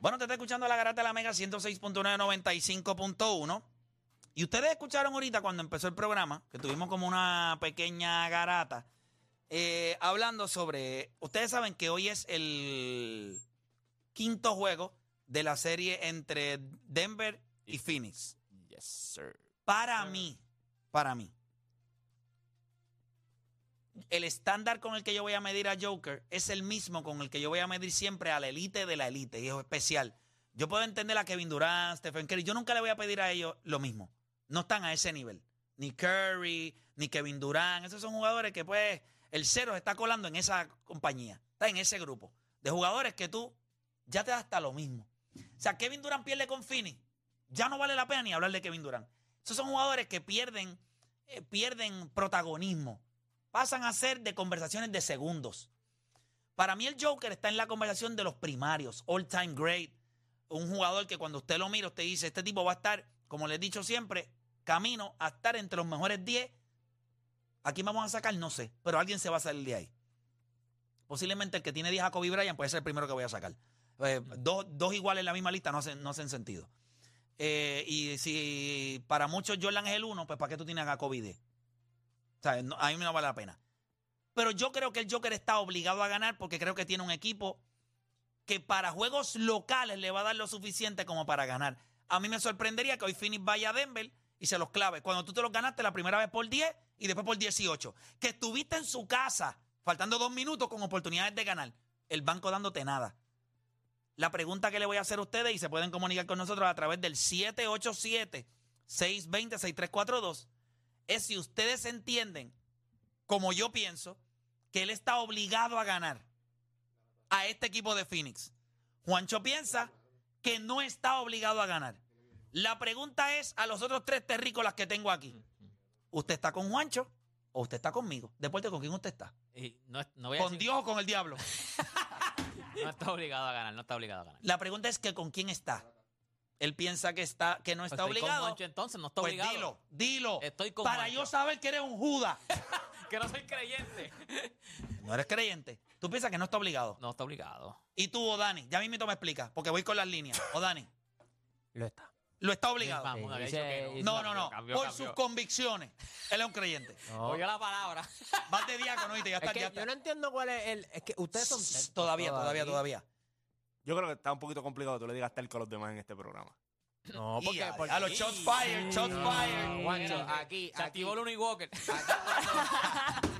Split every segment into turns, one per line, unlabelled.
Bueno, te está escuchando la garata de la Mega 106.995.1. Y ustedes escucharon ahorita cuando empezó el programa, que tuvimos como una pequeña garata, eh, hablando sobre. Ustedes saben que hoy es el quinto juego de la serie entre Denver y Phoenix.
Yes, sir.
Para mí, para mí, el estándar con el que yo voy a medir a Joker es el mismo con el que yo voy a medir siempre a la elite de la elite, y es especial. Yo puedo entender a Kevin Durant, Stephen Curry, yo nunca le voy a pedir a ellos lo mismo. No están a ese nivel. Ni Curry, ni Kevin Durant, esos son jugadores que pues el cero se está colando en esa compañía, está en ese grupo de jugadores que tú ya te das hasta lo mismo. O sea, Kevin Durant pierde con Fini, ya no vale la pena ni hablar de Kevin Durant. Esos son jugadores que pierden, eh, pierden protagonismo pasan a ser de conversaciones de segundos. Para mí el Joker está en la conversación de los primarios, all time great, un jugador que cuando usted lo mira, usted dice, este tipo va a estar, como les he dicho siempre, camino a estar entre los mejores 10. ¿A quién vamos a sacar? No sé, pero alguien se va a salir de ahí. Posiblemente el que tiene 10 a Kobe Bryant puede ser el primero que voy a sacar. Eh, dos, dos iguales en la misma lista no hacen, no hacen sentido. Eh, y si para muchos Jordan es el uno, pues ¿para qué tú tienes a Kobe 10? O sea, no- a mí no vale la pena. Pero yo creo que el Joker está obligado a ganar porque creo que tiene un equipo que para juegos locales le va a dar lo suficiente como para ganar. A mí me sorprendería que hoy Phoenix vaya a Denver y se los clave. Cuando tú te los ganaste la primera vez por 10 y después por 18. Que estuviste en su casa, faltando dos minutos con oportunidades de ganar. El banco dándote nada. La pregunta que le voy a hacer a ustedes y se pueden comunicar con nosotros a través del 787-620-6342 es si ustedes entienden, como yo pienso, que él está obligado a ganar a este equipo de Phoenix. Juancho piensa que no está obligado a ganar. La pregunta es a los otros tres terrícolas que tengo aquí. ¿Usted está con Juancho o usted está conmigo? Deporte, ¿con quién usted está?
Y no, es- no voy a
¿Con
decir-
Dios o con el diablo?
No está obligado a ganar, no está obligado a ganar.
La pregunta es que ¿con quién está? Él piensa que, está, que no
Pues
está
estoy con
obligado.
Moncho, entonces no está
Pues
obligado.
dilo, dilo.
Estoy con
para
Juancho.
yo saber que eres un Judas.
Que no soy creyente.
No eres creyente. Tú piensas que no está obligado.
No está obligado.
Y tú, o Dani, ya mismito me explica, porque voy con las líneas. O Dani,
Lo está.
lo está obligado.
Mamón,
Sí,
había
dice-
dicho que
dice-
No, no, no.
Cambió,
Por
cambió.
sus convicciones. Él es un creyente.
No.
Oyó la palabra.
Vas de diácono, ¿viste? Ya
Es
está,
que
ya
yo
está.
no entiendo cuál es el. Es que ustedes son. tercos
Todavía, todavía, todavía.
Yo creo que está un poquito complicado que tú le digas terco a los demás en este programa.
No,
Y
porque.
a,
porque-
a los shots fired, shots fired.
Juancho,
Mira,
aquí,
Se
aquí.
activó el Uniwalker.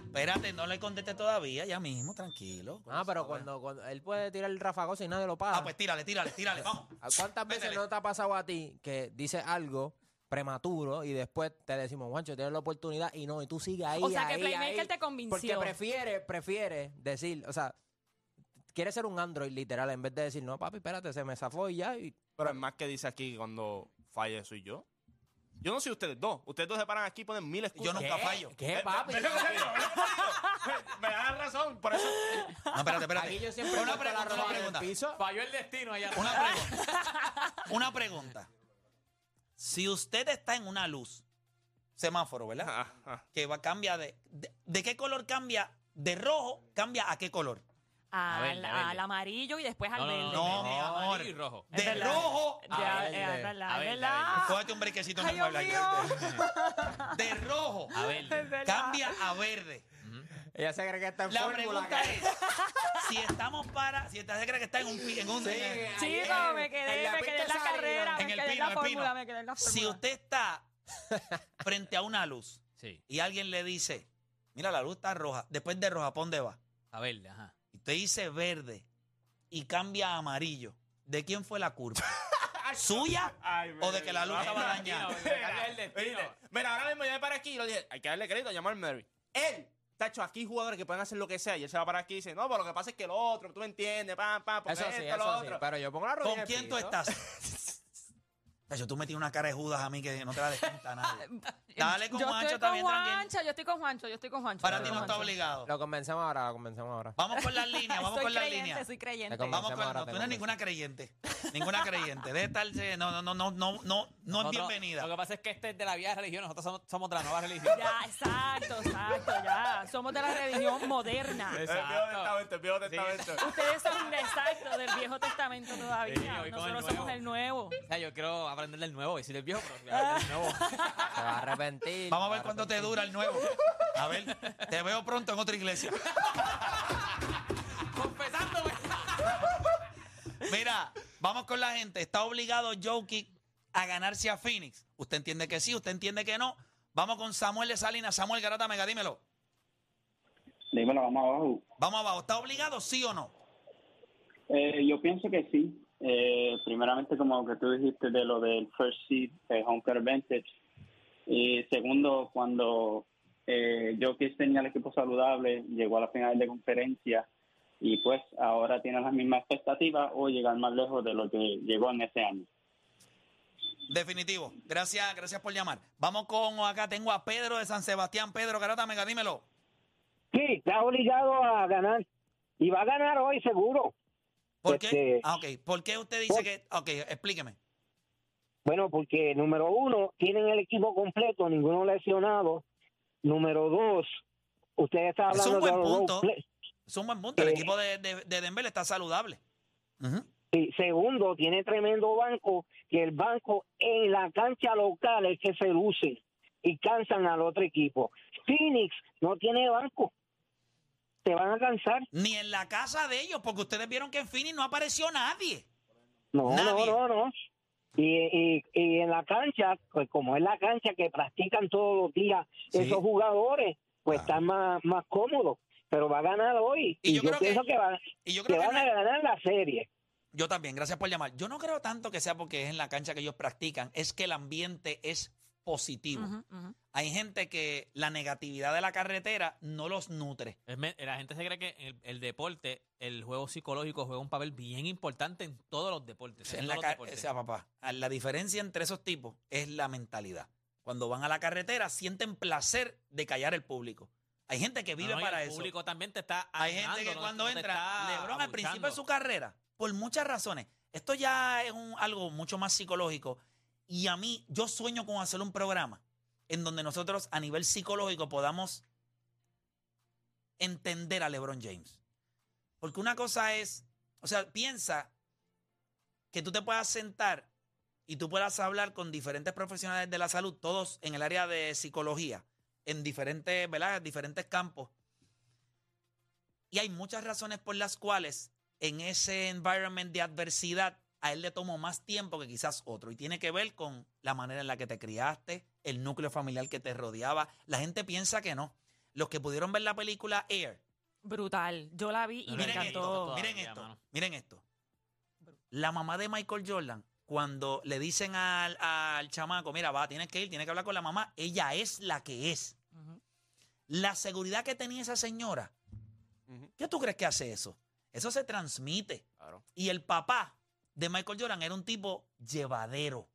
Espérate, no le conteste todavía, ya mismo, tranquilo.
Ah, pero cuando, cuando él puede tirar el rafagoso y nadie lo para.
Ah, pues tírale, tírale, tírale, vamos.
¿Cuántas veces
métele.
no te ha pasado a ti que dices algo prematuro y después te decimos, Juancho, tienes la oportunidad y no, y tú sigues ahí.
O sea, que
ahí,
Playmaker
ahí,
te
Porque
convenció.
prefiere, prefiere decir, o sea, quiere ser un Android literal en vez de decir, no, papi, espérate, se me zafó y ya. Y,
Pero es más que dice aquí cuando falle soy yo. Yo no soy ustedes dos. Ustedes dos se paran aquí y ponen mil excusas.
Yo nunca fallo.
¿Qué, papi?
¿Ves lo que te digo? ¿Ves lo que te digo? Me dan razón. Por eso.
No, espérate,
Aquí yo
espérate.
siempre
Una
corto la
pregunta, una
ropa en el
pregunta.
piso.
Falló el destino allá.
Una pregunta. Una pregunta. Si usted está en una luz, semáforo, ¿verdad?
Ajá.
que va, cambia de, de. ¿de qué color cambia? De rojo, cambia a qué color.
Al,
verde, a verde.
al amarillo y después al
No,
verde. eh,
no, no,
No, mi
verde,
amor.
amarillo y rojo.
Es
De
verdad.
rojo
De-
a.
Ah,
es
verde.
verdad,
A
es
verde,
verdad.
Cógete un brequecito en
Ah, Ay,
el
Dios
mueble ahí, verde. De rojo
A ver.
Es verdad.
cambia a verde.
Ella se cree que está en
La
fórmula.
pregunta es: si estamos para. Si usted se cree que está en un. pi- En un
Sí.
Chico,
Ayer,
me
en
quedé,
la
me quedé en
pista
la
salieron.
carrera,
En
me
el
quedé en
pino,
la
en el pino.
fórmula, me quedé en la Ah, fórmula.
si usted está frente a una luz
Sí.
y alguien le dice: Mira, la luz está roja. Después de roja, ¿pa' dónde va?
A verde, ajá.
Y usted dice verde y cambia a amarillo. ¿De quién fue la curva? ¿Suya?
Ay,
O de que la luz estaba dañada.
Cambia el destino.
Mira, ahora mismo yo me paro aquí y lo dije. Hay que darle crédito a llamar Mary. Él Tacho, aquí hay jugadores que pueden hacer lo que sea. Y él se va para aquí y dice, no, pero lo que pasa es que el otro, tú me entiendes, pam, pam, porque
Eso sí,
esto, lo
eso sí.
otro.
Pero yo pongo la rodilla
¿Con
en el
quién tú
piso.
estás? Tacho, tú me tienes una cara de Judas a mí que no te la descuenta nadie. Dale con
yo
Juancho
estoy
también,
con
tranquilo.
Juancho, yo estoy con Juancho, yo estoy con Juancho.
Para
yo
ti
estoy
no
con
está
Juancho.
obligado.
Lo convencemos ahora, lo convencemos ahora.
Vamos con las líneas, vamos
Soy
con las
creyente,
líneas.
Soy
Te
creyente,
convencí.
Vamos
Comencemos
con
ahora,
no, tú no eres
te
ninguna creyente. Ninguna creyente. Debe estar no, no, no, no, no, no, no es
Nosotros- Lo
bienvenida.
que pasa es que este es de la vieja religión, nosotros somos, somos de la nueva religión.
Ya, exacto, exacto, ya. Somos de la religión moderna.
El viejo testamento, el viejo testamento.
Ustedes son de exacto del Viejo Testamento
Sí,
todavía.
hoy con el
Nosotros somos
nuevo.
el nuevo.
O sea, yo quiero aprender del nuevo, y si del viejo, pero voy a aprender del nuevo.
Se va a arrepentir.
Vamos a
se
ver
va
cuánto te
arrepentir.
dura el nuevo. A ver, te veo pronto en otra iglesia.
Confesándome.
Mira, vamos con la gente. ¿Está obligado Jokic a ganarse a Phoenix? ¿Usted entiende que sí? ¿Usted entiende que no? Vamos con Samuel de Salinas. Samuel Garata Mega, dímelo.
Dímelo, vamos abajo.
Vamos abajo. ¿Está obligado sí o no?
Eh, yo pienso que sí. Eh, primeramente, como que tú dijiste de lo del first seed, eh, home court advantage. Y segundo, cuando eh, Jokic tenía el equipo saludable, llegó a la final de conferencia y pues ahora tiene las mismas expectativas o llegar más lejos de lo que llegó en ese año.
Definitivo. Gracias, gracias por llamar. Vamos con acá. Tengo a Pedro de San Sebastián. Pedro Garata Mega, dímelo.
Sí, está obligado a ganar. Y va a ganar hoy seguro.
¿Por qué?
Este- pues
Ah, ok. ¿Por qué usted dice que.? Ok, explíqueme.
Bueno, porque número uno, tienen el equipo completo, ninguno lesionado. Número dos, usted está
Es un
hablando de
buen
los role
punto.
play-
Es un buen punto. El
Eh.
equipo de, de, de Denver está saludable. Ujú.
Sí, segundo, tiene tremendo banco, que el banco en la cancha local es que se luce y cansan al otro equipo. Phoenix no tiene banco. Se van a cansar.
Ni en la casa de ellos, porque ustedes vieron que en Phoenix no apareció nadie.
No,
Nadie.
no, no, no. Y, y, y en la cancha, pues como es la cancha que practican todos los días
Sí.
esos jugadores, pues
Claro.
están más, más cómodos. Pero va a ganar hoy.
Y
Y,
yo
yo,
creo que-
pienso que, va-
Y yo
que
creo que.
van
no-
a ganar la serie.
yo también, gracias por llamar. Yo no creo tanto que sea porque es en la cancha que ellos practican, es que el ambiente es positivo.
Ujú, ujú.
Hay gente que la negatividad de la carretera no los nutre.
Es me- La gente se cree que el, el deporte, el juego psicológico, juega un papel bien importante en todos los deportes. en
en la
todos los
ca- o
deportes.
sea, papá, a la diferencia entre esos tipos es la mentalidad. Cuando van a la carretera sienten placer de callar el público. Hay gente que
No,
vive
no, y
para
el
eso.
público también te está
Hay
animando,
gente que
no-
cuando
no te
entra,
está
LeBron al principio de
abuchando.
su carrera, por muchas razones, esto ya es un- algo mucho más psicológico. Y a mí, yo sueño con hacer un programa en donde nosotros a nivel psicológico podamos entender a LeBron James. Porque una cosa es, o sea, piensa que tú te puedas sentar y tú puedas hablar con diferentes profesionales de la salud, todos en el área de psicología, en diferentes, ¿verdad? diferentes campos. Y hay muchas razones por las cuales en ese environment de adversidad a él le tomó más tiempo que quizás otro. Y tiene que ver con la manera en la que te criaste, el núcleo familiar que te rodeaba. La gente piensa que no. Los que pudieron ver la película Air,
Brutal. Yo la vi y
No,
me
no,
miren esto,
encantó.
todavía,
miren esto,
mano.
miren esto. La mamá de Michael Jordan, cuando le dicen al, al chamaco, mira, va, tienes que ir, tienes que hablar con la mamá, ella es la que es.
Ujú.
La seguridad que tenía esa señora,
Ujú.
¿qué tú crees que hace eso? Eso se transmite.
Claro.
Y el papá de Michael Jordan era un tipo llevadero.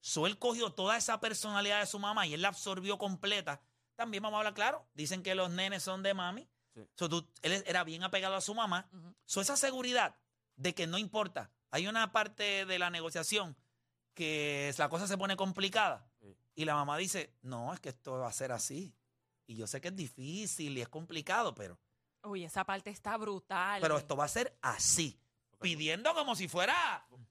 So, él cogió toda esa personalidad de su mamá y él la absorbió completa. También vamos a hablar claro. Dicen que los nenes son de mami.
Sí.
So, tú- él era bien apegado a su mamá.
Ujú.
So, esa seguridad de que no importa. Hay una parte de la negociación que es- la cosa se pone complicada.
Sí.
Y la mamá dice, no, es que esto va a ser así. Y yo sé que es difícil y es complicado, pero,
Uy, esa parte está brutal.
pero esto va a ser así pidiendo como si fuera.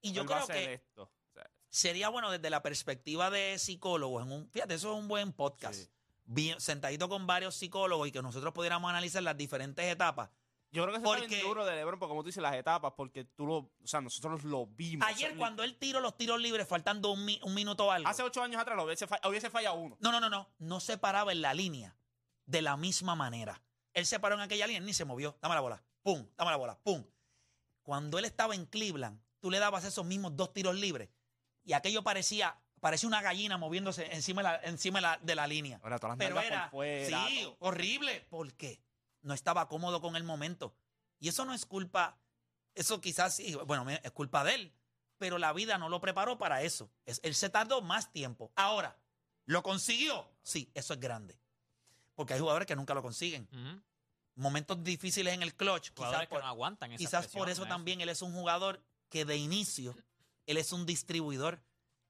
Y yo
Él va a
creo
hacer
que
esto. O sea,
sería bueno desde la perspectiva de psicólogos. En un, fíjate, eso es un buen podcast.
Sí.
Bien- sentadito con varios psicólogos y que nosotros pudiéramos analizar las diferentes etapas.
Yo creo que eso
Porque-
es duro de LeBron, porque como tú dices, las etapas, porque tú lo, o sea, nosotros lo vimos. O
Ayer
sea,
cuando él tiró los tiros libres faltando un, mi- un minuto o algo.
hace ocho años atrás lo hubiese, fa- hubiese fallado uno.
No, no, no, no. No se paraba en la línea de la misma manera. Él se paró en aquella línea, ni se movió. Dame la bola. Pum, dame la bola. Pum. Cuando él estaba en Cleveland, tú le dabas esos mismos dos tiros libres y aquello parecía Parece una gallina moviéndose encima, de la- encima de la- de la línea.
Ahora, todas las
Pero
nalgas
era,
por fuera.
sí, horrible. ¿Por qué? No estaba cómodo con el momento. Y eso no es culpa, eso quizás sí, bueno, me- es culpa de él, pero la vida no lo preparó para eso. Es- él se tardó más tiempo. Ahora, ¿lo consiguió? Sí, eso es grande. Porque hay jugadores que nunca lo consiguen.
Ujú.
Momentos difíciles en el clutch, quizás
Jugadores que
por,
no aguantan esa
quizás por
presión,
eso
¿no?
también él es un jugador que de inicio, él es un distribuidor.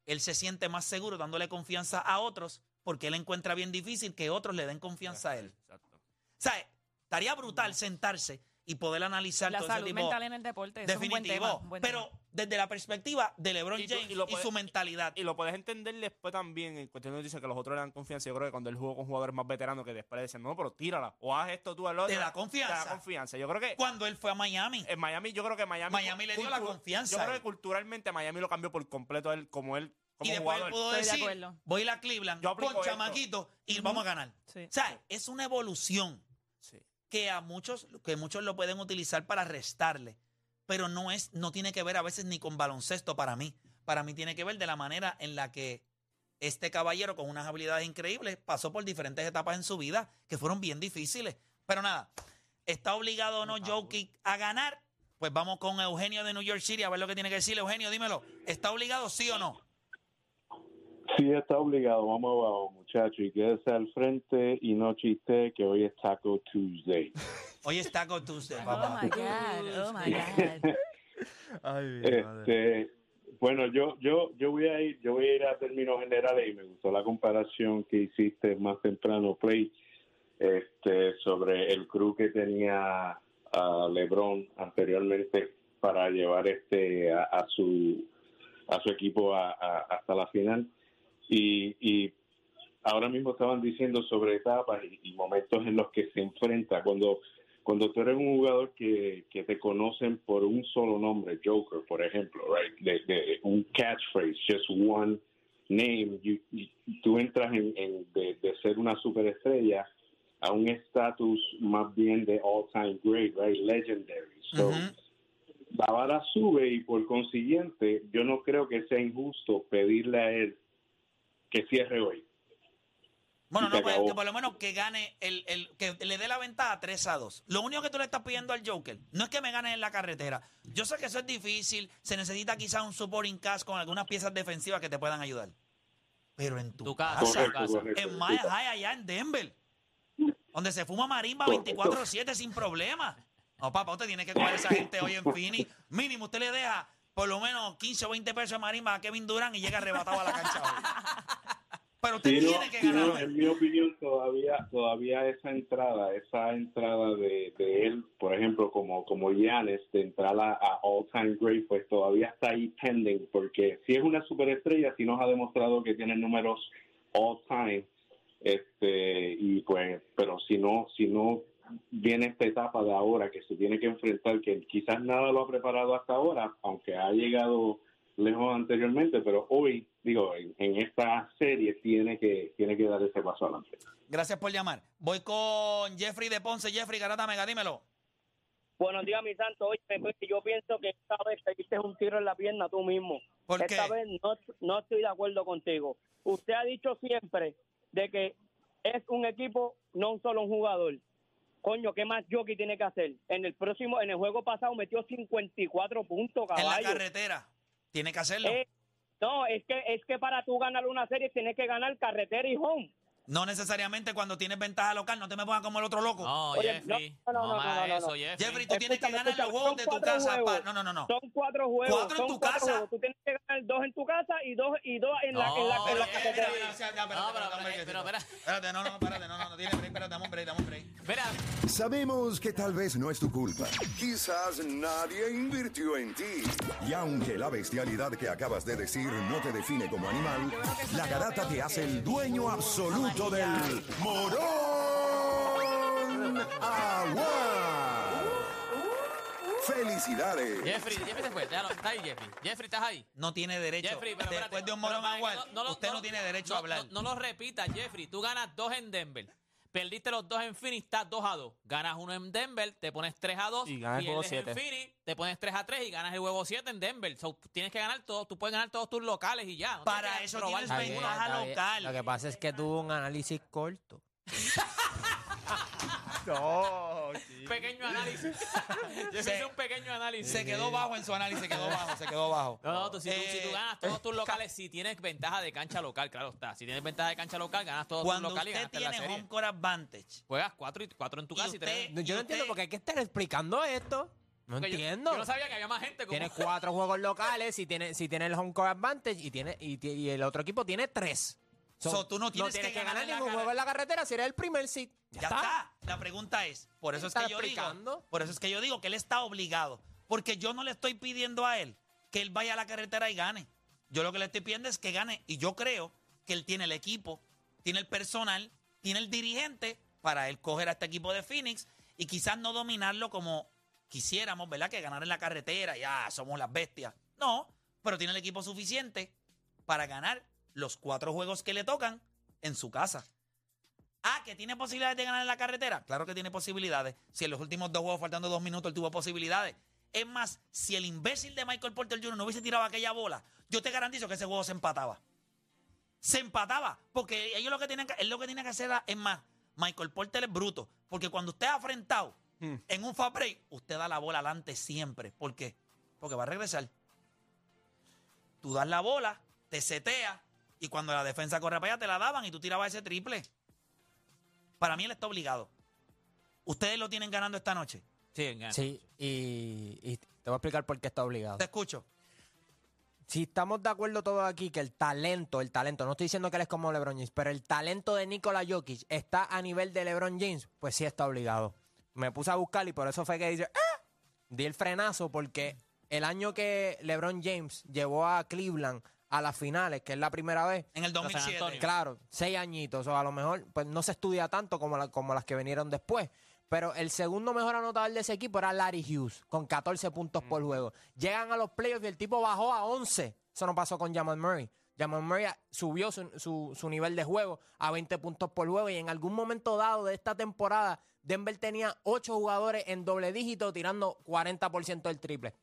Él se siente más seguro dándole confianza a otros porque él encuentra bien difícil que otros le den confianza a él.
Exacto.
O sea, estaría brutal sentarse y poder analizar
La
todo ese
salud
tipo
mental en el deporte. eso
definitivo.
Es un buen tema, un buen
pero
tema.
desde la perspectiva de LeBron
Y tú-
James y,
y lo puede-
su mentalidad.
Y lo puedes entender después también, en cuestión de dice que los otros le dan confianza. Yo creo que cuando él jugó con jugadores más veteranos que después le decían, no, pero tírala. O haz esto tú al otro.
Te da confianza.
Te da confianza. Yo creo que
cuando él fue a Miami,
en Miami, yo creo que Miami.
Miami le dio la confianza
Yo
a
creo
él.
que culturalmente Miami lo cambió por completo a él, como él, como
y después él
jugador.
pudo
Estoy de
decir,
acuerdo.
voy a ir a Cleveland
Yo aplico
con
esto.
chamaquito y vamos a ganar.
Sí.
O sea, es una evolución
Sí.
que a muchos, que muchos lo pueden utilizar para restarle, pero no es, no tiene que ver a veces ni con baloncesto para mí. Para mí tiene que ver de la manera en la que este caballero con unas habilidades increíbles pasó por diferentes etapas en su vida que fueron bien difíciles. Pero nada, está obligado o no Jokic a ganar. Pues vamos con Eugenio de New York City a ver lo que tiene que decir. Eugenio, dímelo. ¿Está obligado sí o no?
Sí, está obligado. Vamos abajo, muchachos. Y quédese al frente y no chiste que hoy es Taco Tuesday.
Hoy está con Tuesday,
Oh
papá.
my God, oh my God.
Este, bueno, yo, yo, yo voy a ir, yo voy a ir a términos generales y me gustó la comparación que hiciste más temprano, Play, este, sobre el crew que tenía a LeBron anteriormente para llevar este a, a su a su equipo a- a- hasta la final y, y ahora mismo estaban diciendo sobre etapas y, y momentos en los que se enfrenta cuando cuando tú eres un jugador que, que te conocen por un solo nombre, Joker, por ejemplo, right? de, de un catchphrase, just one name, you- you- tú entras en, en- de, de ser una superestrella a un estatus más bien de all-time great, right? Legendary. So,
Ujú.
la vara sube y por consiguiente yo no creo que sea injusto pedirle a él que cierre hoy.
Bueno,
Y se
no, pues,
acabó.
que por lo menos que gane el, el- que le dé la ventaja 3 a 2. Lo único que tú le estás pidiendo al Joker no es que me gane en la carretera. Yo sé que eso es difícil, se necesita quizás un supporting cast con algunas piezas defensivas que te puedan ayudar. Pero en tu,
Tu casa,
casa,
tu
Correcto,
casa.
correcto.
en Mile High allá en Denver, donde se fuma marimba 24/7 sin problema. No, papá, usted tiene que comer a esa gente hoy en Phoenix. Mínimo, usted le deja por lo menos 15 o 20 pesos de marimba a Kevin Durant y llega arrebatado a la cancha hoy. Pero usted
Sí, no,
tiene que
sí, no,
ganar.
en mi opinión, todavía, todavía esa entrada, esa entrada de, de él, por ejemplo, como, como Giannis, de entrar a, a All Time Great, pues todavía está ahí pending, porque si es una superestrella, si nos ha demostrado que tiene números All Time, este, y pues, pero si no, si no viene esta etapa de ahora que se tiene que enfrentar, que quizás nada lo ha preparado hasta ahora, aunque ha llegado lejos anteriormente, pero hoy, digo, en, en esta serie tiene que, tiene que dar ese paso adelante.
Gracias por llamar. Voy con Jeffrey de Ponce. Jeffrey Garata Mega, dímelo.
Buenos días, mi santo. Oye, pues, yo pienso que esta vez te diste un tiro en la pierna tú mismo.
¿Por
esta
qué?
vez no, no estoy de acuerdo contigo. Usted ha dicho siempre de que es un equipo, no un solo un jugador. Coño, ¿qué más Jockey tiene que hacer? En el próximo, en el juego pasado metió 54 puntos,
En la
caballo.
carretera. Tiene que hacerlo.
Eh, no, es que es que para tú ganar una serie tienes que ganar carretera y home.
No necesariamente cuando tienes ventaja local, no te me pongas como el otro loco.
No,
Oye,
Jeffrey.
no, no,
No,
no,
más
no, no,
eso,
no.
Jeffrey.
Jeffrey, tú tienes que
Escúchame,
ganar los
escúchame,
juegos
son
de tu
cuatro
casa.
juegos.
pa- No, no, no, no.
Son cuatro juegos.
¿Cuatro en
son
tu
cuatro
casa?
juegos. Tú tienes que ganar dos en tu casa y dos y dos en la
No,
en la, en la
eh,
Espera,
carretera.
espera, espera, espera,
No, pero,
espera,
pero,
espera,
pero, pero.
Espérate, no, no, espérate, no, no, no tiene break, espérate, dame un break, dame un break.
Espera,
Sabemos que tal vez no es tu culpa. Quizás nadie invirtió en ti. Y aunque la bestialidad que acabas de decir no te define como animal, la garata te hace el dueño absoluto del morón agua. ¡Felicidades!
Jeffrey, Jeffrey se fue. Déjalo, está ahí, Jeffrey. Jeffrey, estás ahí.
No tiene derecho.
Jeffrey, pero
Después
espérate.
de un
Pero
morón
para que
agual,
lo-
usted no, tiene derecho
no-
a hablar.
No, no lo repita, Jeffrey. Tú ganas dos en Denver. Perdiste los dos en Phoenix, estás 2 a 2. Ganas uno en Denver, te pones 3 a 2.
Y ganas el juego
pierdes en
siete.
Phoenix, te pones 3 a 3 y ganas el juego 7 en Denver. So, tienes que ganar todos, tú puedes ganar todos tus locales y ya. No
Para
tienes que
eso
probar
tienes
ninguno.
ventaja
está bien.
local.
Lo que pasa es que tuvo un análisis corto.
No,
Pequeño análisis. Yo
Se-
hice un pequeño análisis.
Se quedó bajo en su análisis, se quedó bajo, se quedó bajo.
No, no, tú, si, tú-
Eh,
si tú ganas todos tus locales, si tienes ventaja de cancha local, claro está. Si tienes ventaja de cancha local, ganas todos tus
Cuando
locales y
usted
ganaste la
tiene
serie.
home court advantage,
Juegas 4 y cuatro en tu
Y
casa y,
usted-
tres.
No, Yo
¿Y
no entiendo
usted-
porque hay que estar explicando esto. No
Porque yo-
entiendo.
Yo, no sabía que había más gente. como-
Tienes cuatro juegos locales y tiene, si tiene el home court advantage y, tiene, y, ti- y el otro equipo tiene tres.
So, tú no tienes que ganar en la
ningún
carre-
juego en la carretera si eres el primer seed.
ya, está. La pregunta es, por eso es
¿Está
que yo
explicando?
digo, por eso es que yo digo que él está obligado, porque yo no le estoy pidiendo a él que él vaya a la carretera y gane. Yo lo que le estoy pidiendo es que gane y yo creo que él tiene el equipo, tiene el personal, tiene el dirigente para él coger a este equipo de Phoenix y quizás no dominarlo como quisiéramos, ¿verdad? Que ganar en la carretera, ya somos las bestias. No, pero tiene el equipo suficiente para ganar los cuatro juegos que le tocan en su casa. Ah, que tiene posibilidades de ganar en la carretera. Claro que tiene posibilidades. Si en los últimos dos juegos, faltando dos minutos, él tuvo posibilidades. Es más, si el imbécil de Michael Porter Jr. no hubiese tirado aquella bola, yo te garantizo que ese juego se empataba. Se empataba. Porque ellos lo que tienen que, él lo que tiene que hacer era- es más, Michael Porter es bruto. Porque cuando usted ha afrentado en un fast break, usted da la bola adelante siempre. ¿Por qué? Porque va a regresar. Tú das la bola, te seteas, y cuando la defensa corre para allá, te la daban y tú tirabas ese triple. Para mí él está obligado. Ustedes lo tienen ganando esta noche.
Sí, en-
Sí, y, y te voy a explicar por qué está obligado.
Te escucho.
Si estamos de acuerdo todos aquí que el talento, el talento, no estoy diciendo que él es como LeBron James, pero el talento de Nikola Jokic está a nivel de LeBron James, pues sí está obligado. Me puse a buscar y por eso fue que dice, ¡ah! Di el frenazo porque el año que LeBron James llevó a Cleveland a las finales, que es la primera vez,
En el
Contra San
2007.
Antonio.
Claro, seis añitos, o a lo mejor pues no se estudia tanto como, la- como las que vinieron después. Pero el segundo mejor anotador de ese equipo era Larry Hughes, con 14 puntos por juego. Llegan a los playoffs y el tipo bajó a 11. Eso no pasó con Jamal Murray. Jamal Murray a- subió su, su- su nivel de juego a 20 puntos por juego y en algún momento dado de esta temporada, Denver tenía 8 jugadores en doble dígito tirando 40% del triple.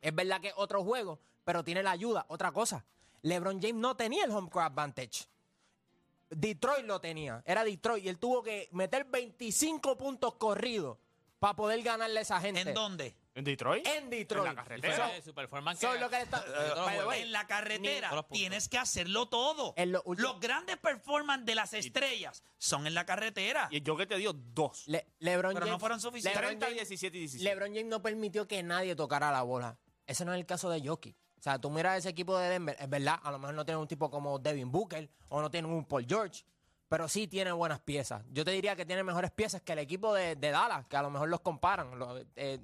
Es verdad que es otro juego, pero tiene la ayuda. Otra cosa, LeBron James no tenía el home court advantage. Detroit lo tenía, era Detroit y él tuvo que meter 25 puntos corridos para poder ganarle a esa gente.
¿En dónde?
¿En Detroit?
En Detroit.
En la
Y
carretera.
fue
Pero-
su performance
Eso es lo que le está-
de todos los
By the
juegos.
way,
Eh, En la carretera
Todos los puntos.
tienes que hacerlo todo.
En lo último-
Los grandes performances de las estrellas son en la carretera.
Y el Joker te dio dos.
Le- LeBron
Pero no
James-
fueron suficientes.
LeBron
30,
James-
17 y 17.
LeBron James no permitió que nadie tocara la bola. Ese no es el caso de Jokic. O sea, tú miras ese equipo de Denver, es verdad, a lo mejor no tienen un tipo como Devin Booker o no tienen un Paul George, pero sí tienen buenas piezas. Yo te diría que tienen mejores piezas que el equipo de, de Dallas, que a lo mejor los comparan. Lo- eh,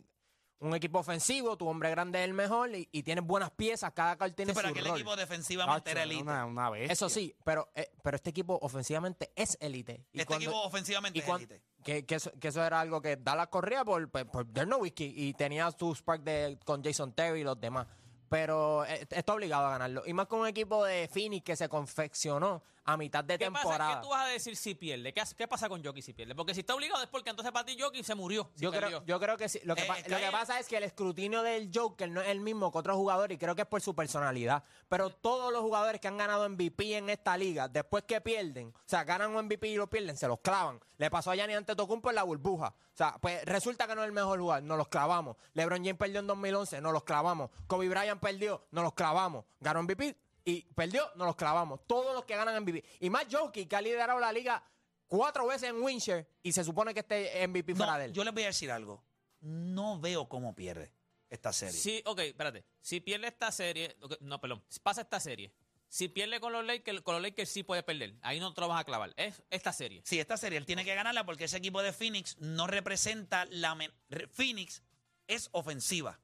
un equipo ofensivo, tu hombre grande es el mejor y, y tienes buenas piezas, cada cual tiene
Sí, pero
su
aquel
rol.
equipo Este defensivamente
Tacho,
era
era
elite.
Una, una bestia.
Eso sí, pero, eh, pero este equipo ofensivamente es élite. Y
Este
cuando-
equipo ofensivamente
y
es
cuan-
élite.
que, que eso, que eso era algo que Dallas corría por, por, por Dernowitzki y tenía su spark de, con Jason Terry y los demás. Pero eh, está obligado a ganarlo. Y más con un equipo de Phoenix que se confeccionó a mitad de
¿Qué
temporada.
pasa? ¿Qué tú vas a decir si pierde? ¿Qué, hace- qué pasa con Jokic si pierde? Porque si está obligado es porque entonces para ti Jokic se murió. se
yo, creo,
perdió.
yo creo que sí. Lo que,
Eh,
pa-
es que
lo que
hay-
pasa es que el escrutinio del Joker no es el mismo que otros jugadores y creo que es por su personalidad. Pero todos los jugadores que han ganado MVP en esta liga, después que pierden, o sea, ganan un MVP y lo pierden, se los clavan. Le pasó a Gianni Antetokounmpo en la burbuja. O sea, pues resulta que no es el mejor jugador, no los clavamos. LeBron James perdió en 2011, no los clavamos. Kobe Bryant perdió, no los clavamos. Ganó MVP y perdió, no los clavamos. Todos los que ganan MVP. Y más Jokic, que ha liderado la liga cuatro veces en Winchester y se supone que este MVP fuera
No,
de él.
yo les voy a decir algo. No veo cómo pierde esta serie.
Sí, ok, espérate. Si pierde esta serie, ok, no, perdón, si pasa esta serie. Si pierde con los Lakers, con los Lakers sí puede perder. Ahí no te lo vas a clavar. Es esta serie.
Sí, esta serie él tiene que ganarla porque ese equipo de Phoenix no representa la... men- re- Phoenix es ofensiva.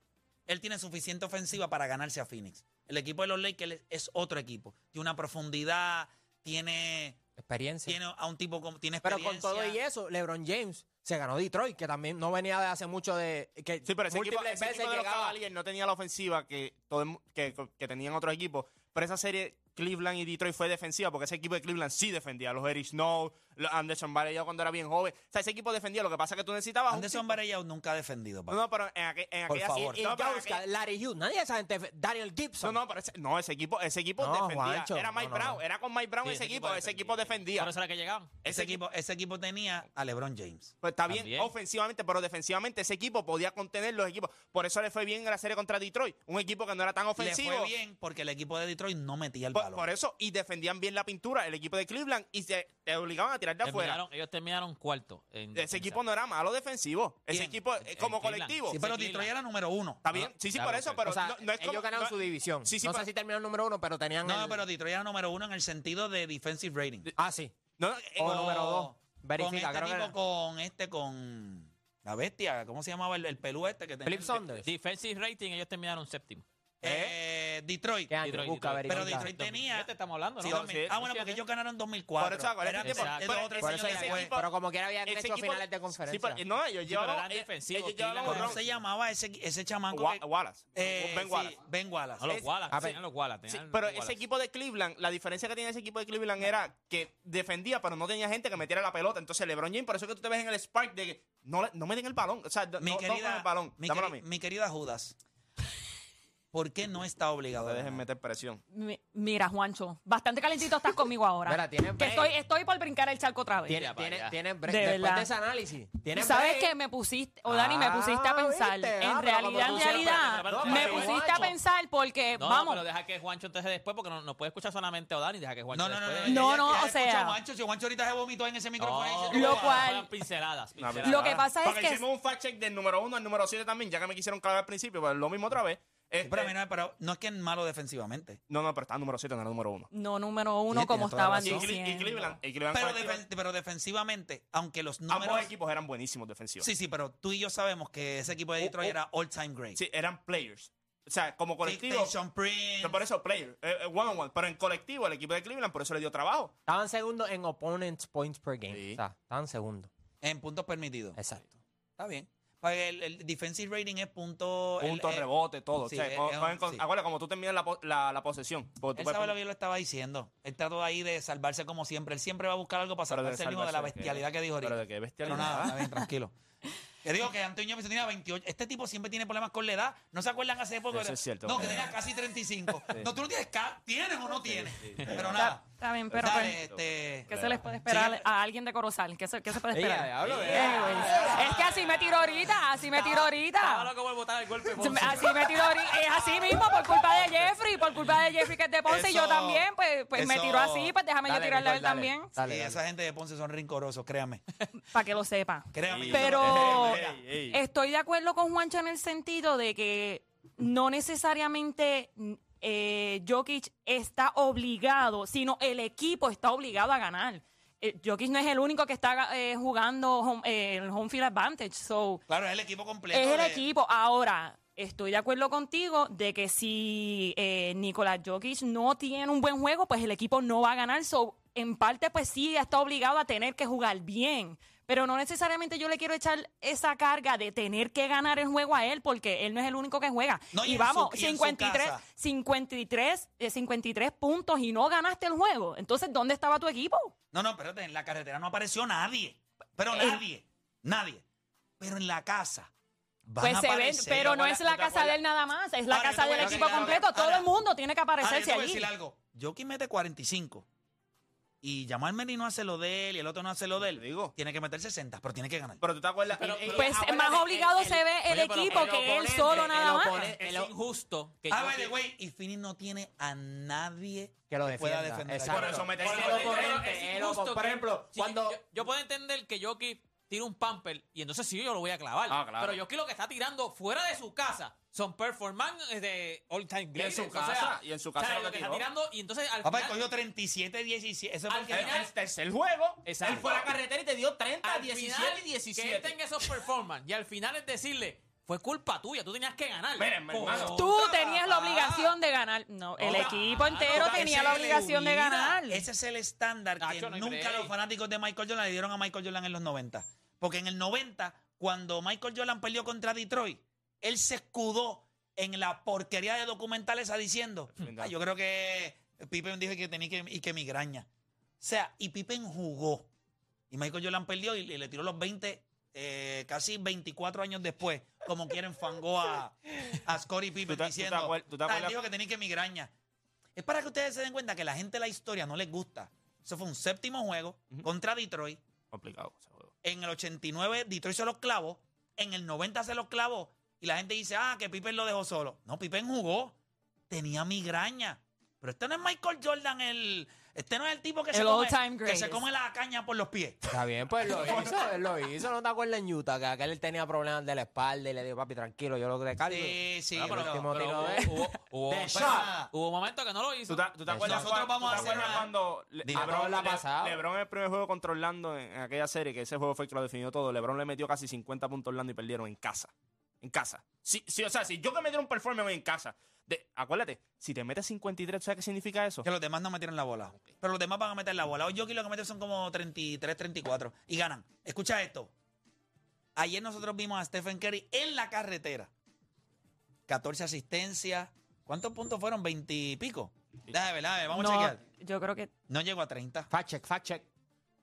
Él tiene suficiente ofensiva para ganarse a Phoenix. El equipo de los Lakers es otro equipo. Tiene una profundidad, tiene,
Experiencia.
tiene a un tipo como... Tiene
Pero con
experiencia.
todo y eso, LeBron James se ganó Detroit, que también no venía de hace mucho de. Que
Sí, pero ese equipo,
múltiples
ese
veces
equipo de los
llegaba.
Cavaliers no tenía la ofensiva que, todo el mu- que, que tenían otros equipos. Pero esa serie, Cleveland y Detroit fue defensiva, porque ese equipo de Cleveland sí defendía. Los Eric Snow, Lo- Anderson Varellao cuando era bien joven. O sea, ese equipo defendía. Lo que pasa es que tú necesitabas. un
Anderson
tipo-
Varellao nunca ha defendido, papá.
No, pero en, aquel, en
Por
aquella-
favor.
y- y- no, pero en aquella-
Larry Hughes, nadie de esa gente. Daniel
No,
Gibson.
no, pero ese, no, ese equipo, ese equipo
No,
defendía.
Juancho,
era Mike
no, no,
Brown,
no.
era con Mike Brown
Sí,
ese equipo, ese equipo defendía.
Por eso era que llegaban.
ese, equipo, ese equipo tenía a LeBron James.
Pues está bien,
También.
ofensivamente, pero defensivamente ese equipo podía contener los equipos. Por eso le fue bien en la serie contra Detroit, un equipo que no era tan ofensivo.
Le fue bien porque el equipo de Detroit no metía el
Por,
balón.
por eso, y defendían bien la pintura, el equipo de Cleveland, y se- te obligaban a tirar de afuera.
Terminaron- ellos terminaron cuarto. en
Ese
defensa.
equipo no era malo defensivo, ese
Bien.
equipo eh,
En- en
como
Cleveland.
colectivo.
sí, pero
Cleveland.
Detroit era número uno.
Está bien, sí, sí,
claro,
por eso,
sí.
pero
o sea,
no, no es
ellos
como-
ganaron
no-
su división.
Sí, sí,
no
pero-
sé si terminaron número uno, pero tenían.
No,
el-
pero Detroit era número uno en el sentido de defensive rating.
Ah, sí.
no, no, eh,
O
no,
número dos.
este con
Verifica,
este
creo
tipo,
que era.
con este, con la bestia, ¿cómo se llamaba el, el pelú este que tenía?
Philip Saunders.
Defensive rating, ellos terminaron séptimo.
Eh, Detroit.
¿Qué año?
Detroit,
Busca,
Detroit.
Pero
verifica.
Detroit tenía.
2007 estamos hablando, ¿no?
Sí, 2000. Ah, bueno, porque
Fíjate.
ellos ganaron 2004.
Por eso, acuérdate,
Era-
tiempo.
era
Pero
otros
ese
Por
años
eso ya-
ese
después.
equipo-
pero como que habían
ese
hecho
equipo-
finales de
Sí,
conferencia.
pero, no, ellos
Sí, pero
llevaban-
eran
eh,
defensivos,
ellos llevaban
Cleveland
¿Cómo
un
era-
se llamaba ese, ese chamaco?
Wa-
que-
Wallace.
Eh,
Ben
sí,
Wallace.
Ben Wallace. Eh,
No, los
Es-
Wallace,
a ver.
tenían los Wallace.
Sí,
tenían los
pero ese
Wallace.
equipo de Cleveland, la diferencia que tenía ese equipo de Cleveland era que defendía, pero no tenía gente que metiera la pelota. Entonces, LeBron James, por eso es que tú te ves en el spark de que no, le- no meten el balón. O sea, no,
mi
no cojan
querida,
el balón.
mi,
Dámelo a
queri-
mí.
mi querida Judas, ¿por qué no está
No
obligado?
te
a
dejen
ganar?
meter presión.
Mi- Mira, Juancho, bastante calentito estás conmigo ahora.
Mira, tiene
que
break.
estoy, estoy por brincar el charco otra vez.
Tiene,
Ya, para
tiene,
allá.
tiene break.
De
Después
verdad.
de ese análisis. Tiene
¿Sabes
break.
qué? Me pusiste, o Dani, me
Ah,
pusiste a pensar.
viste. Ah,
en
pero como
realidad,
tú
en
siempre-
realidad,
pero- pero-
me
pero-
pusiste a
Juancho.
pensar porque,
No,
vamos,
pero deja que Juancho entonces después, porque no, no puede escuchar solamente a Odani, deja que Juancho
No, no, no.
después-
No, no,
ya
o
escucha
sea-
a Juancho, si Juancho ahorita se vomitó en ese micrófono. ahí, dice,
No,
tú
Lo
vas.
cual-
fueran pinceladas,
No,
pinceladas.
lo que pasa es
Porque
que-
hicimos un fact check del número uno al número siete también, ya que me quisieron clavar al principio, pero lo mismo otra vez. Este-
Pero, a mí no, me- pero no es que es malo defensivamente.
no, no, pero estaba número siete, no era número uno.
no número uno
Sí,
como
tiene toda la
estaban
Y,
razón.
Cle-
diciendo.
y Cleveland, y Cleveland
Pero,
con
defen-
Cleveland,
pero defensivamente, aunque los
ambos
números.
equipos eran buenísimos defensivos.
Sí, sí, pero tú y yo sabemos que ese equipo de Detroit
Oh, oh.
era all-time great.
Sí, eran players. O sea, como colectivo.
Station Prince.
Por eso, player, eh, eh, one on one. Pero en colectivo, el equipo de Cleveland, por eso le dio trabajo.
Estaban segundos en opponents points per game.
Sí.
O sea, estaban segundos.
En puntos permitidos.
Exacto.
Está bien. Porque El, el defensive rating es punto. el-
Puntos,
el-
rebote, todo.
sí,
o sea,
eh,
con-
eh,
con- con-
sí.
acuérdate, como tú terminas la, po- la, la posesión. porque tú
Él
puedes
sabe lo
poner-
que yo le estaba diciendo. Él trató ahí de salvarse como siempre. Él siempre va a buscar algo para
Pero de
salvarse el mismo de la
salvarse,
bestialidad que dijo ahorita.
Pero de qué
Pero
bestialidad.
nada, está bien, tranquilo. Que digo que Antonio Ñomi se tenía 28. Este tipo siempre tiene problemas con la edad. No se acuerdan hace poco.
Eso
Era-
es cierto.
No, que tenía casi 35. No, tú no tienes. ca- ¿Tienes o no tienes? Pero
Está
nada.
está bien, pero
Dale,
pues,
este,
¿qué se les puede esperar
Sí.
a alguien de Corozal? ¿Qué se, qué se puede esperar?
diablo,
Eh, güey. Es que así me tiro ahorita, así me tiro
Estaba
ahorita.
loco por botar el golpe.
Se me-
Ponce.
Así me tiró ahorita. Es así mismo, por culpa de Jeffrey, por culpa de Jeffrey que es de Ponce y yo
Eso-
también, pues, pues me
eso-
tiró así, pues déjame
Dale,
yo tirarle a él
Nicole, dale.
también,
Dale,
y
dale.
esa gente de Ponce son rincorosos, créame.
para que lo sepa.
Créame.
Sí.
yo
Pero
se lo-
Ey, ey.
estoy de acuerdo con Juancho en el sentido de que no necesariamente eh, Jokic está obligado, sino el equipo está obligado a ganar. Eh, Jokic no es el único que está eh, jugando home- eh, el home field advantage, so
Claro, es el equipo completo.
es el
de-
equipo. Ahora, estoy de acuerdo contigo de que si eh, Nicolás Jokic no tiene un buen juego, pues el equipo no va a ganar. So, en parte, pues sí, está obligado a tener que jugar bien. Pero no necesariamente yo le quiero echar esa carga de tener que ganar el juego a él, porque él no es el único que juega.
No, y
y
en
vamos,
su- y en su
53,
casa.
53, eh, 53 puntos y no ganaste el juego. Entonces, ¿dónde estaba tu equipo?
No, no, espérate, en la carretera no apareció nadie. Pero
Eh.
nadie. Nadie. Pero en la casa. van
Pues
a
se ven,
aparecer.
pero no
Ahora,
es la
¿tú te
casa de
acuerdas?
él nada más, es la
Ahora, yo
casa
te voy
del
a
equipo
decir algo.
completo. Todo
Ahora,
el mundo tiene que
Ahora, yo
aparecerse
te voy a
allí.
decir algo. Jokic mete 45. Y Jamal Murray no hace lo de él y el otro no hace lo de él.
Digo.
Tiene que meter 60, pero tiene que ganar.
Pero tú te acuerdas.
Pero-
y- y-
Pues
acuérdate,
más obligado
el-
se ve el
oye, pero
equipo
el
que él
oponente,
solo nada
el
más.
oponente-
es
el-
injusto que
ah,
yo-
by the way, y Phoenix no tiene a nadie
Que lo
pueda
defienda,
defender.
exacto.
Por eso mete
Por
el
ejemplo,
oponente,
es
el
injusto
opo- por
que-
ejemplo,
sí,
cuando-
yo, yo puedo entender que Jokic tira un pamper y entonces sí yo lo voy a clavar.
Ah, claro.
Pero Jokic lo que está tirando fuera de su casa son performances de all time
Y en
greatest.
su
o sea,
casa, y en su casa
¿sabes
lo
lo
que
que está
tiró?
tirando y entonces al
Papá, él
final-
cogió 37, 17. Eso
Al
porque
el-
final-
El tercer juego.
Exacto.
Él fue a la carretera y te dio 30,
al
17
final,
y
Que él
17.
tenga esos performances y al final es decirle, fue culpa tuya, tú tenías que ganar.
Mira, mi
Por-
hermano.
Tú
Otra,
tenías la
papá.
obligación de ganar. No, el
Otra,
equipo entero
otra,
tenía
Ah, Ese
la
es el
obligación de
huida.
ganar.
Ese es el estándar que
Nacho, no hay
nunca
break.
los fanáticos de Michael Jordan le dieron a Michael Jordan en los 90. Porque en el 90, cuando Michael Jordan perdió contra Detroit, él se escudó en la porquería de documentales a diciendo,
Venga.
"Ah, yo creo que Pippen dijo que tenía que, y que migraña. O sea, y Pippen jugó. Y Michael Jordan perdió y, y le tiró los 20, eh, casi 24 años después, como quieren fangó a, a Scottie Pippen
¿Tú te- tú te
diciendo,
acuer- tú te
"Ah, él
acuerdas-
dijo que tenía que migraña. Es para que ustedes se den cuenta que la gente la historia no les gusta. Eso fue un séptimo juego contra Detroit.
Complicado ese juego.
En el 89 Detroit se los clavó, en el 90 se los clavó y la gente dice, ah, que Pippen lo dejó solo. No, Pippen jugó, tenía migraña. Pero este no es Michael Jordan, el, este no es el tipo que, se
El
come,
all-time
que se
greatest.
come la caña por los pies.
Está bien, pues lo hizo, él lo hizo. ¿No te acuerdas en Utah que aquel tenía problemas de la espalda y le dijo, papi, tranquilo, yo lo recargo?
Sí, sí,
Ah,
No,
pero-
último
pero
tiro de-
hubo, hubo,
de
un-
shot.
hubo un momento que no lo hizo.
¿Tú te, tú
Eso.
te acuerdas
Nosotros
cuando-
vamos
tú
a
te acuerdas
hacer una-
cuando Le-
Dile,
Lebron la ha
Le-
pasado.
LeBron en el primer juego contra Orlando en, en aquella serie, que ese juego fue el que lo definió todo. LeBron le metió casi 50 puntos a Orlando y perdieron en casa. En casa. Sí, sí, o sea, si yo que me diera un performance en casa, de- acuérdate, si te metes 53, ¿tú ¿sabes qué significa eso?
Que los demás no metieron la bola. Pero los demás van a meter la bola. Hoy yo lo que meten son como 33, 34 y ganan. Escucha esto. Ayer nosotros vimos a Stephen Curry en la carretera. 14 asistencias. ¿Cuántos puntos fueron? ¿20 y pico? Déjame ver, déjame ver, vamos a
No,
chequear.
yo creo que,
No llegó a 30.
Fact check, fact check.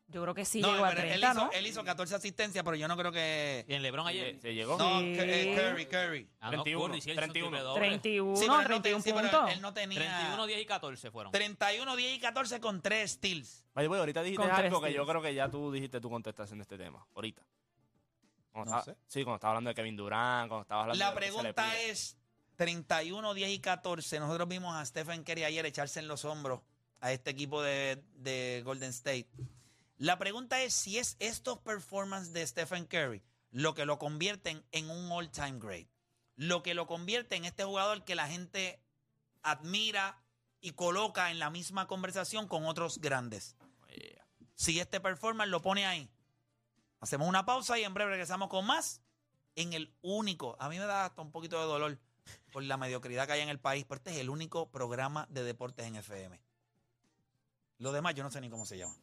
yo creo que sí
no,
llegó a
pero
30,
él, hizo,
¿no?
él hizo 14 asistencias, pero yo no creo que.
Y en LeBron ayer.
Se llegó.
No,
Sí.
que- eh, Curry, Curry.
Ah, no,
31,
Curry, sí, él hizo un
31.
triple doble.
31,
Sí, pero él no te-
31
sí, pero
puntos.
él no tenía.
31, 10 y 14 fueron.
31, 10 y 14 con 3 steals.
Vaya, güey, ahorita dijiste
Con tres
algo que yo
tiros.
creo que ya tú dijiste tu contestación de este tema. Ahorita. Cuando
No
estaba- Sí, cuando estaba hablando de Kevin Durant, cuando estaba hablando
La
de lo que se le
pregunta
pide.
es: 31, 10 y 14. Nosotros vimos a Stephen Curry ayer echarse en los hombros a este equipo de, de Golden State. La pregunta es si es estos performances de Stephen Curry lo que lo convierten en un all-time great. Lo que lo convierte en este jugador que la gente admira y coloca en la misma conversación con otros grandes. Si este performance lo pone ahí. Hacemos una pausa y en breve regresamos con más en el único. A mí me da hasta un poquito de dolor por la mediocridad que hay en el país, pero este es el único programa de deportes en FM. Lo demás yo no sé ni cómo se llama.